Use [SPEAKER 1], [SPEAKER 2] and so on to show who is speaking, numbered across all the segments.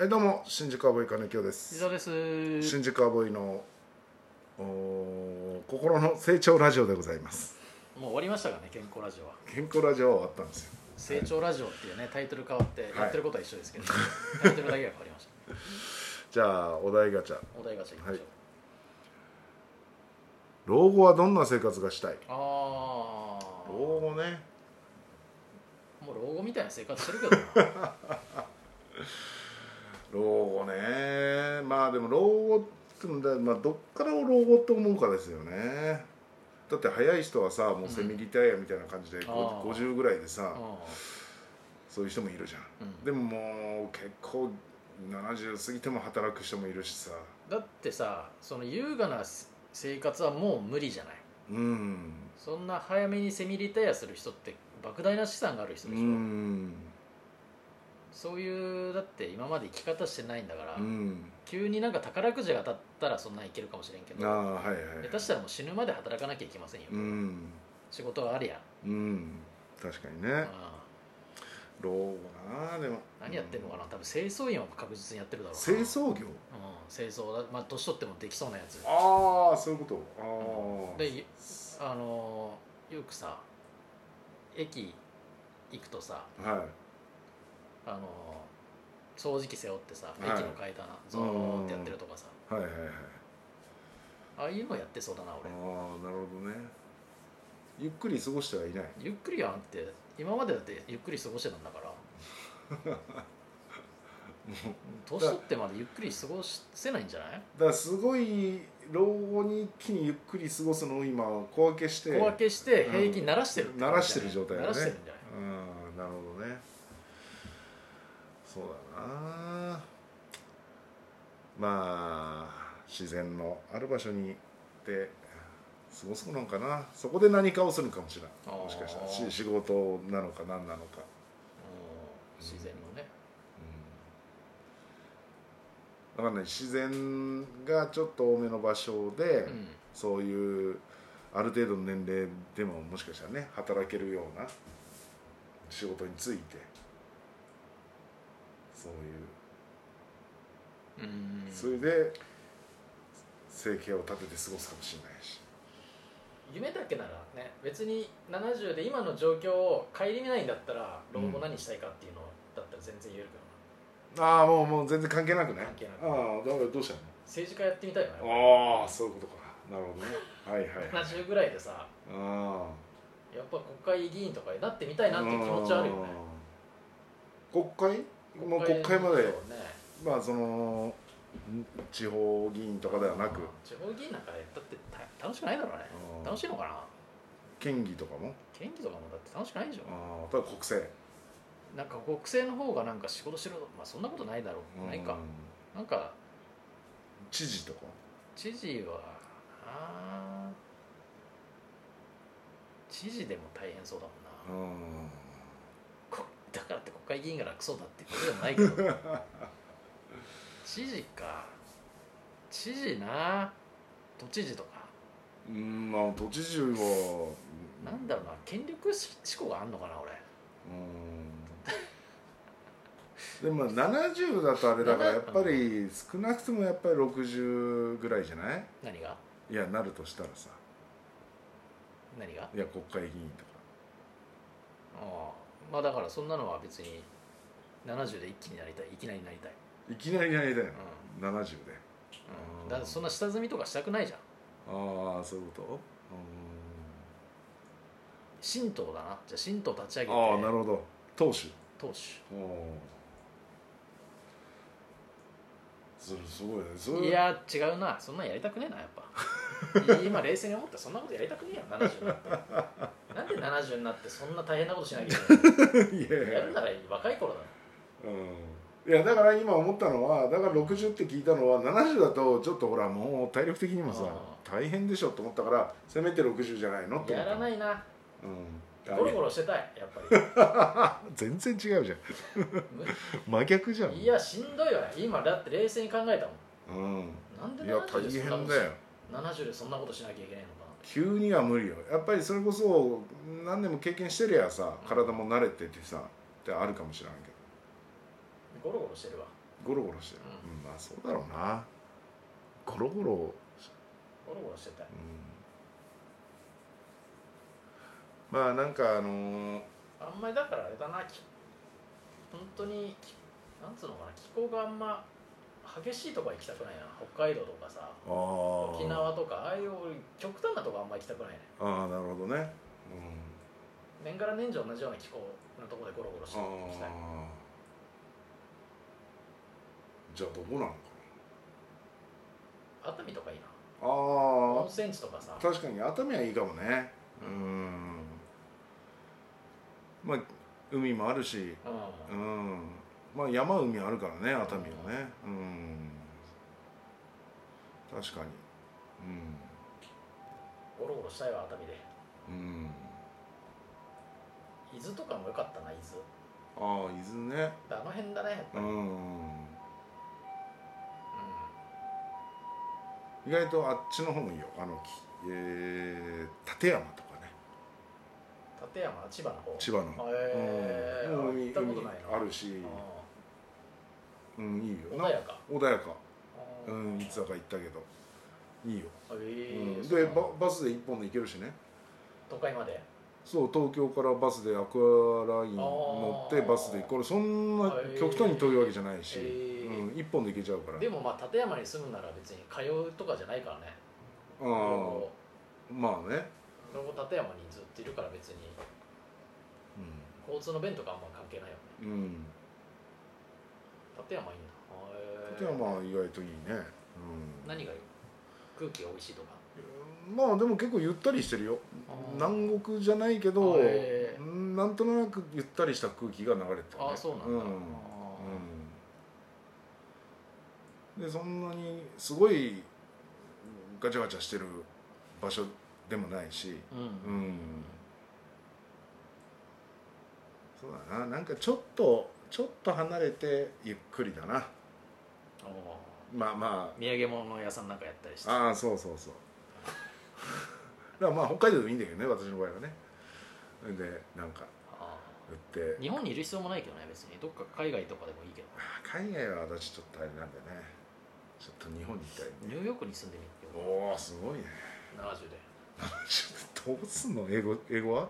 [SPEAKER 1] えどうも新宿アボイ金京で
[SPEAKER 2] 伊
[SPEAKER 1] す
[SPEAKER 2] 沢です
[SPEAKER 1] 新宿アボイのおー心の成長ラジオでございます
[SPEAKER 2] もう終わりましたかね健康ラジオは
[SPEAKER 1] 健康ラジオは終わったんですよ
[SPEAKER 2] 成長ラジオっていうねタイトル変わって
[SPEAKER 1] はい
[SPEAKER 2] やってることは一緒で すけど、タイトルだけが変わりまし
[SPEAKER 1] じゃあお題ガチャ
[SPEAKER 2] たお題ガチャいきましょう、
[SPEAKER 1] 老後はどんな生活がしたい
[SPEAKER 2] ああ
[SPEAKER 1] 老後ね
[SPEAKER 2] もう老後みたいな生活してるけど な
[SPEAKER 1] 老後ねまあでも老後ってのはまあ、どっからを老後って思うかですよねだって早い人はさもうセミリタイアみたいな感じで、
[SPEAKER 2] あー
[SPEAKER 1] ご50ぐらいでさ
[SPEAKER 2] あ
[SPEAKER 1] そういう人もいるじゃん
[SPEAKER 2] ー、うん
[SPEAKER 1] でももう結構70過ぎても働く人もいるしさ
[SPEAKER 2] だってさその優雅な生活はもう無理じゃない
[SPEAKER 1] うん
[SPEAKER 2] そんな早めにセミリタイアする人って莫大な資産がある人
[SPEAKER 1] う
[SPEAKER 2] でしょ、
[SPEAKER 1] ん
[SPEAKER 2] そういうだって今まで生き方してないんだから、
[SPEAKER 1] うん
[SPEAKER 2] 急になんか宝くじが当たったらそんなんいけるかもしれんけ
[SPEAKER 1] ああ
[SPEAKER 2] ど
[SPEAKER 1] はいはい
[SPEAKER 2] 下手したらもう死ぬまで働かなきゃいけませんよ、
[SPEAKER 1] うん
[SPEAKER 2] 仕事はありや、
[SPEAKER 1] うん確かに
[SPEAKER 2] う
[SPEAKER 1] ね
[SPEAKER 2] ん
[SPEAKER 1] 老後なあでも
[SPEAKER 2] 何やってんのかな多分清掃員は確実にやってるだろうな
[SPEAKER 1] 清掃業
[SPEAKER 2] うん、清掃だまあ年取ってもできそうなやつ
[SPEAKER 1] ああそういうことああ
[SPEAKER 2] でゆあのーよくさ駅行くとさ
[SPEAKER 1] は
[SPEAKER 2] あのー掃除機背負ってさ駅
[SPEAKER 1] はい
[SPEAKER 2] の階段ゾーンってやってるとかさ
[SPEAKER 1] いはいはいはい
[SPEAKER 2] ああいうのやってそうだな
[SPEAKER 1] ああ
[SPEAKER 2] 俺
[SPEAKER 1] なるほどねゆっくり過ごしてはいない
[SPEAKER 2] ゆっくりやんって今までだってゆっくり過ごしてたんだ から年取ってまでゆっくり過ごせないんじゃない
[SPEAKER 1] だからすごい老後に一気にゆっくり過ごすのを今小分けして
[SPEAKER 2] 小分けして平均慣らしてるって
[SPEAKER 1] 慣
[SPEAKER 2] 感
[SPEAKER 1] ら
[SPEAKER 2] じ
[SPEAKER 1] し
[SPEAKER 2] じ
[SPEAKER 1] て
[SPEAKER 2] ゃ
[SPEAKER 1] る
[SPEAKER 2] ない
[SPEAKER 1] 状態だね
[SPEAKER 2] 慣らしてるんじゃない
[SPEAKER 1] うんなるほどねそうだなまあ自然のある場所に行って過ごすのかなそこで何かをするかもしれ
[SPEAKER 2] あ
[SPEAKER 1] な
[SPEAKER 2] ー
[SPEAKER 1] いもしかしたらし仕事なのか何なのか、
[SPEAKER 2] うん自然のね
[SPEAKER 1] うん、分かんない自然がちょっと多めの場所で、
[SPEAKER 2] うん
[SPEAKER 1] そういうある程度の年齢でももしかしたらね働けるような仕事についてそういう、
[SPEAKER 2] うん
[SPEAKER 1] それで生計を立てて過ごすかもしれないし
[SPEAKER 2] 夢だけならね別に70で今の状況を顧みないんだったら老後何したいかっていうのだったら全然言えるけどな、
[SPEAKER 1] ああもうもう全然関係なくね
[SPEAKER 2] 関係なく
[SPEAKER 1] ああだからどうした
[SPEAKER 2] 政治家やってみたいよね
[SPEAKER 1] のああそういうことかなるほどねはいはいはい
[SPEAKER 2] 70ぐらいでさ
[SPEAKER 1] あ
[SPEAKER 2] やっぱ国会議員とかになってみたい
[SPEAKER 1] あ
[SPEAKER 2] なっていう気持ちはあるよね
[SPEAKER 1] 国会もう国会ま
[SPEAKER 2] そう
[SPEAKER 1] で
[SPEAKER 2] ね
[SPEAKER 1] まあそのん地方議員とかではなく
[SPEAKER 2] 地方議員なんかやったってた楽しくないだろうね
[SPEAKER 1] うん
[SPEAKER 2] 楽しいのかな
[SPEAKER 1] 県議とかも
[SPEAKER 2] 県議とかもだって楽しくないでしょ
[SPEAKER 1] ああただ国政
[SPEAKER 2] なんか国政の方がなんか仕事しろまあそんなことないだろうないか
[SPEAKER 1] うん
[SPEAKER 2] なんか
[SPEAKER 1] 知事とか
[SPEAKER 2] 知事はあー知事でも大変そうだもん
[SPEAKER 1] う
[SPEAKER 2] な
[SPEAKER 1] ん
[SPEAKER 2] こだからって国会議員が楽そうだってことでもないけ ど知事か知事な都知事とか
[SPEAKER 1] うんまあ都知事は
[SPEAKER 2] なんだろうな権力し志向があんのかな俺
[SPEAKER 1] うんでもまあ70だとあれだから
[SPEAKER 2] な
[SPEAKER 1] やっぱり少なくともやっぱり60ぐらいじゃない
[SPEAKER 2] 何が
[SPEAKER 1] いやなるとしたらさ
[SPEAKER 2] 何があ
[SPEAKER 1] いや国会議員とか
[SPEAKER 2] あまあだからそんなのは別に70で一気になりたいいきなりなりたい、
[SPEAKER 1] いきなりなりだよ
[SPEAKER 2] う、ん
[SPEAKER 1] 70で
[SPEAKER 2] う
[SPEAKER 1] あ
[SPEAKER 2] ん、
[SPEAKER 1] ー
[SPEAKER 2] だってそんな下積みとかしたくないじゃん
[SPEAKER 1] ああそういうこと
[SPEAKER 2] 神道だなじゃあ神道立ち上げ
[SPEAKER 1] うんあ
[SPEAKER 2] て
[SPEAKER 1] あなるほど党首
[SPEAKER 2] 党首
[SPEAKER 1] うんそれすごいねそれ
[SPEAKER 2] いや違うなそんなんやりたくねえなやっ ぱい今冷静に思ったそんなことやりたくねえよ70になってなんで70になってそんな大変なことしなきゃい け
[SPEAKER 1] いやい
[SPEAKER 2] ないのやるならいい若い頃だ
[SPEAKER 1] うんいやだから今思ったのはだから60って聞いたのは70だとちょっとほらもう体力的にもさ
[SPEAKER 2] う
[SPEAKER 1] 大変でしょと思ったからせめて60じゃないのって思
[SPEAKER 2] や
[SPEAKER 1] った
[SPEAKER 2] らないな
[SPEAKER 1] うん、
[SPEAKER 2] ゴロゴロしてたいやっぱり
[SPEAKER 1] あ全然違う じゃん真逆じゃん
[SPEAKER 2] いやしんどいわ今だって冷静に考えたもん
[SPEAKER 1] うん、
[SPEAKER 2] なんで
[SPEAKER 1] いや
[SPEAKER 2] 70
[SPEAKER 1] 大
[SPEAKER 2] でそんなこ
[SPEAKER 1] 変
[SPEAKER 2] と
[SPEAKER 1] だ
[SPEAKER 2] し
[SPEAKER 1] よ
[SPEAKER 2] 70でそんなことしなきゃいけないの
[SPEAKER 1] 急には無理よやっぱりそれこそ何年も経験してりゃさ体も慣れててさってあるかもしれないけど
[SPEAKER 2] かなゴロゴロしてるわ
[SPEAKER 1] ゴロゴロしてる、うんまあそうだろうなゴロゴロ、
[SPEAKER 2] ゴロゴロしてた
[SPEAKER 1] うん、まあなんかあのー
[SPEAKER 2] あんまりだからあれだなき本当にきなんつうのかな気候があんま激しいとこは行きたくないな北海道とかさ
[SPEAKER 1] あー
[SPEAKER 2] 沖縄とかああいう極端なとこあんま行きたくないね
[SPEAKER 1] ああなるほどね、
[SPEAKER 2] 年がら年中同じような気候のとこでゴロゴロして
[SPEAKER 1] うん、あ
[SPEAKER 2] 行きたい
[SPEAKER 1] あじゃあどこなのか
[SPEAKER 2] 熱海とかいいな
[SPEAKER 1] な
[SPEAKER 2] 温
[SPEAKER 1] あ
[SPEAKER 2] 泉地とかさ
[SPEAKER 1] あ確かに熱海はいいかもねうんまあ海もあるし
[SPEAKER 2] うん、
[SPEAKER 1] うんまあ山海あるからね熱海はねうん確かに
[SPEAKER 2] ゴロゴロしたいわ熱海で
[SPEAKER 1] うんうん
[SPEAKER 2] 伊豆とかも良かったな伊豆
[SPEAKER 1] ああ伊豆ね
[SPEAKER 2] あの辺だねやっぱ
[SPEAKER 1] う
[SPEAKER 2] り、うん
[SPEAKER 1] ん意外とあっちの方もいいよあのきえー、立山とかね
[SPEAKER 2] 立山千葉の方
[SPEAKER 1] 千葉の方
[SPEAKER 2] へー
[SPEAKER 1] うん
[SPEAKER 2] あ行ったことないな
[SPEAKER 1] 海あるし
[SPEAKER 2] あ
[SPEAKER 1] うんいい
[SPEAKER 2] ー
[SPEAKER 1] よ
[SPEAKER 2] 穏やか
[SPEAKER 1] 穏やか
[SPEAKER 2] あ
[SPEAKER 1] う
[SPEAKER 2] ー
[SPEAKER 1] んいつだか行ったけどいいよ、
[SPEAKER 2] え
[SPEAKER 1] う
[SPEAKER 2] え
[SPEAKER 1] ん、
[SPEAKER 2] そう
[SPEAKER 1] で
[SPEAKER 2] なの
[SPEAKER 1] ババスで一本で行けるしね
[SPEAKER 2] 都会まで
[SPEAKER 1] そう東京からバスでアクアライン
[SPEAKER 2] あー
[SPEAKER 1] 乗ってバスでこれそんな
[SPEAKER 2] へー
[SPEAKER 1] 極端に遠いわけじゃないし、
[SPEAKER 2] へー
[SPEAKER 1] うん、一本で行けちゃうから
[SPEAKER 2] でもまあ立山に住むなら別に通うとかじゃないからね
[SPEAKER 1] あ
[SPEAKER 2] あ
[SPEAKER 1] ーまあね、
[SPEAKER 2] そこ立山にずっといるから別に交通の便とかあんま関係ないよね
[SPEAKER 1] うん、うん、
[SPEAKER 2] 立山いいなへー
[SPEAKER 1] 立山意外といいね、うん、
[SPEAKER 2] 何がいい空気が美味しいとか
[SPEAKER 1] まあでも結構ゆったりしてるよ
[SPEAKER 2] あー
[SPEAKER 1] 南国じゃないけど
[SPEAKER 2] あへー
[SPEAKER 1] うんなんとなくゆったりした空気が流れてる、ね、
[SPEAKER 2] ああそうなんだ、
[SPEAKER 1] うん
[SPEAKER 2] あ
[SPEAKER 1] うんでそんなにすごいガチャガチャしてる場所でもないし
[SPEAKER 2] ーうん
[SPEAKER 1] うんそうだななんかちょっとちょっと離れてゆっくりだな
[SPEAKER 2] あ
[SPEAKER 1] まあま
[SPEAKER 2] ー土産物屋さんなんかやったりして
[SPEAKER 1] あああそうそう そうだからまあ北海道でもいいんだけどね私の場合はねでなんか
[SPEAKER 2] あ
[SPEAKER 1] 売って
[SPEAKER 2] ー日本にいる必要もないけどね別にどっか海外とかでもいいけど
[SPEAKER 1] あー海外は私ちょっとあれなんでねちょっと日本に行きたい
[SPEAKER 2] ニューヨークに住んでみるよ
[SPEAKER 1] おおすごいね
[SPEAKER 2] 70で
[SPEAKER 1] ちょっとどうすんの英語英語は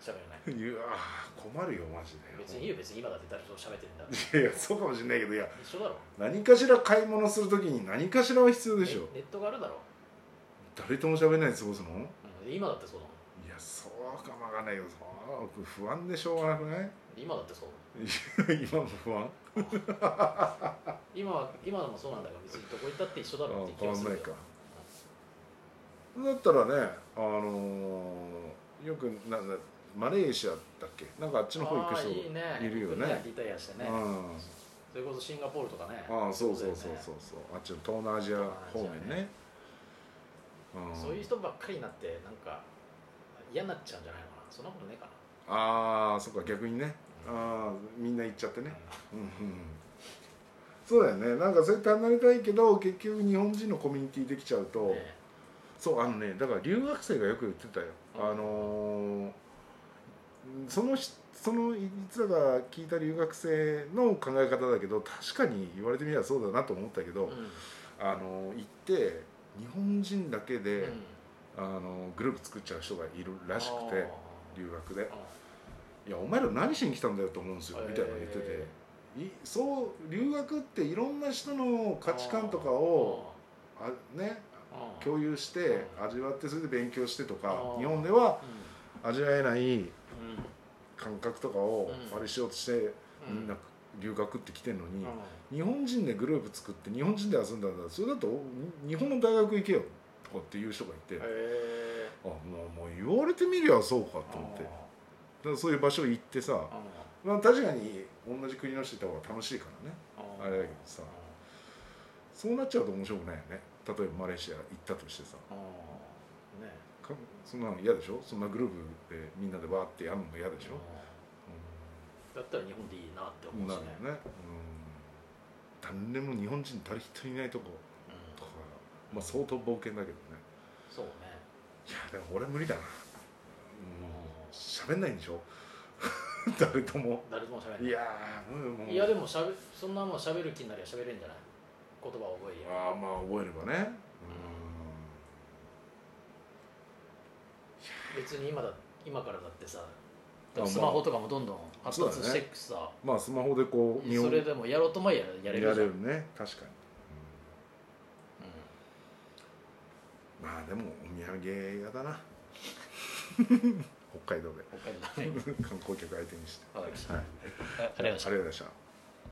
[SPEAKER 2] 喋れない
[SPEAKER 1] いやー困るよマジで
[SPEAKER 2] 別にいいよ別に今だって誰と喋ってるんだから
[SPEAKER 1] いやいやそうかもしれないけどいや
[SPEAKER 2] 一緒だろ
[SPEAKER 1] 何かしら買い物するときに何かしらは必要でしょ
[SPEAKER 2] ネネットがあるだろ、
[SPEAKER 1] 誰とも喋れないで過ごすの
[SPEAKER 2] うん、で今だってそうだもん
[SPEAKER 1] いやそうかもわかんないけどそう不安でしょうがなくない
[SPEAKER 2] 今だってそう
[SPEAKER 1] 今も不安
[SPEAKER 2] 今は今でもそうなんだから別にどこ行ったって一緒だろうって
[SPEAKER 1] 変わんない
[SPEAKER 2] け
[SPEAKER 1] か
[SPEAKER 2] ど
[SPEAKER 1] だったらねあのーよくななマレーシアだっけなんかあっちの方行く
[SPEAKER 2] あ
[SPEAKER 1] 人
[SPEAKER 2] ーいいね
[SPEAKER 1] いるよね
[SPEAKER 2] 行くリタイアしてね
[SPEAKER 1] うん
[SPEAKER 2] それこそシンガポールとかね
[SPEAKER 1] ああそうそう
[SPEAKER 2] そ
[SPEAKER 1] そうう
[SPEAKER 2] だよね
[SPEAKER 1] そうそうあっちの東南アジア方面ねうん
[SPEAKER 2] そういう人ばっかりになってなんか嫌になっちゃうんじゃないのかなそんなことねえか
[SPEAKER 1] ああそっか逆にね
[SPEAKER 2] な、うん
[SPEAKER 1] ああみんな行っちゃってね
[SPEAKER 2] う
[SPEAKER 1] うんうんうんそうだよねなんかそうやって離れたいけど結局日本人のコミュニティできちゃうと、
[SPEAKER 2] んね
[SPEAKER 1] そうあのねだから留学生がよく言ってたよ、
[SPEAKER 2] うん
[SPEAKER 1] あのーそのしそのいつだか聞いた留学生の考え方だけど確かに言われてみればそうだなと思ったけど、
[SPEAKER 2] うんうん
[SPEAKER 1] あのー行って日本人だけで、あのーグループ作っちゃう人がいるらしくて留学で
[SPEAKER 2] あー
[SPEAKER 1] 「いやお前ら何しに来たんだよ」と思うんですよみたいなの言ってて、
[SPEAKER 2] え
[SPEAKER 1] いそう留学っていろんな人の
[SPEAKER 2] ー
[SPEAKER 1] 価値観とかをあね
[SPEAKER 2] あー
[SPEAKER 1] 共有して
[SPEAKER 2] うん
[SPEAKER 1] 味わってそれで勉強してと
[SPEAKER 2] あ
[SPEAKER 1] か
[SPEAKER 2] ー
[SPEAKER 1] 日本では
[SPEAKER 2] う
[SPEAKER 1] 味わえない
[SPEAKER 2] ん
[SPEAKER 1] 感覚とかを
[SPEAKER 2] うん
[SPEAKER 1] あれしようとして
[SPEAKER 2] うん
[SPEAKER 1] みんな留学って来てんの
[SPEAKER 2] う
[SPEAKER 1] に
[SPEAKER 2] ん
[SPEAKER 1] 日本人でグループ作って日本人で遊んだんだそれだと日本の大学行けよとかっていう人がいてあ
[SPEAKER 2] へー
[SPEAKER 1] もうもう言われてみりゃそうかと思ってだ
[SPEAKER 2] あ
[SPEAKER 1] からそういう場所行ってさ
[SPEAKER 2] ー
[SPEAKER 1] まあ確かに同じ国の人いた方が楽しいからね
[SPEAKER 2] あー
[SPEAKER 1] あれだけどさそうなっちゃうと面白くないよね例えばマレーシア行ったとしてさ
[SPEAKER 2] あーね
[SPEAKER 1] かそんなの嫌でしょそんなグループでみんなでわーってやるのも嫌でしょ、
[SPEAKER 2] だったら日本でいいなって
[SPEAKER 1] う
[SPEAKER 2] 思
[SPEAKER 1] ん、
[SPEAKER 2] う
[SPEAKER 1] な
[SPEAKER 2] し
[SPEAKER 1] るよね、
[SPEAKER 2] ね
[SPEAKER 1] うん、誰も日本人誰一人いないとこ
[SPEAKER 2] うん
[SPEAKER 1] とかまあ相当冒険だけどね
[SPEAKER 2] そうね
[SPEAKER 1] いやでも俺無理だなうん喋んないんでしょ 誰とも
[SPEAKER 2] 誰とも喋れない
[SPEAKER 1] やーもう
[SPEAKER 2] いいやでもしゃべそんなもん喋る気になりゃ喋れるんじゃない言葉を覚えりゃ
[SPEAKER 1] ああまあ覚えればね
[SPEAKER 2] 別に今だ今からだってさ
[SPEAKER 1] あ
[SPEAKER 2] スマホとかもどんどん発達
[SPEAKER 1] そうだ
[SPEAKER 2] し
[SPEAKER 1] ね
[SPEAKER 2] てくさ、
[SPEAKER 1] うんまあスマホでこう日
[SPEAKER 2] そ
[SPEAKER 1] 本
[SPEAKER 2] れでもやろうと思えばややれるじゃん
[SPEAKER 1] ね確か
[SPEAKER 2] う
[SPEAKER 1] にまあでもお土産屋だ な北海道で
[SPEAKER 2] ん、北海道だね
[SPEAKER 1] 観光客相手にして
[SPEAKER 2] わかりました
[SPEAKER 1] はい、
[SPEAKER 2] あありがとうございました
[SPEAKER 1] ありがとうございました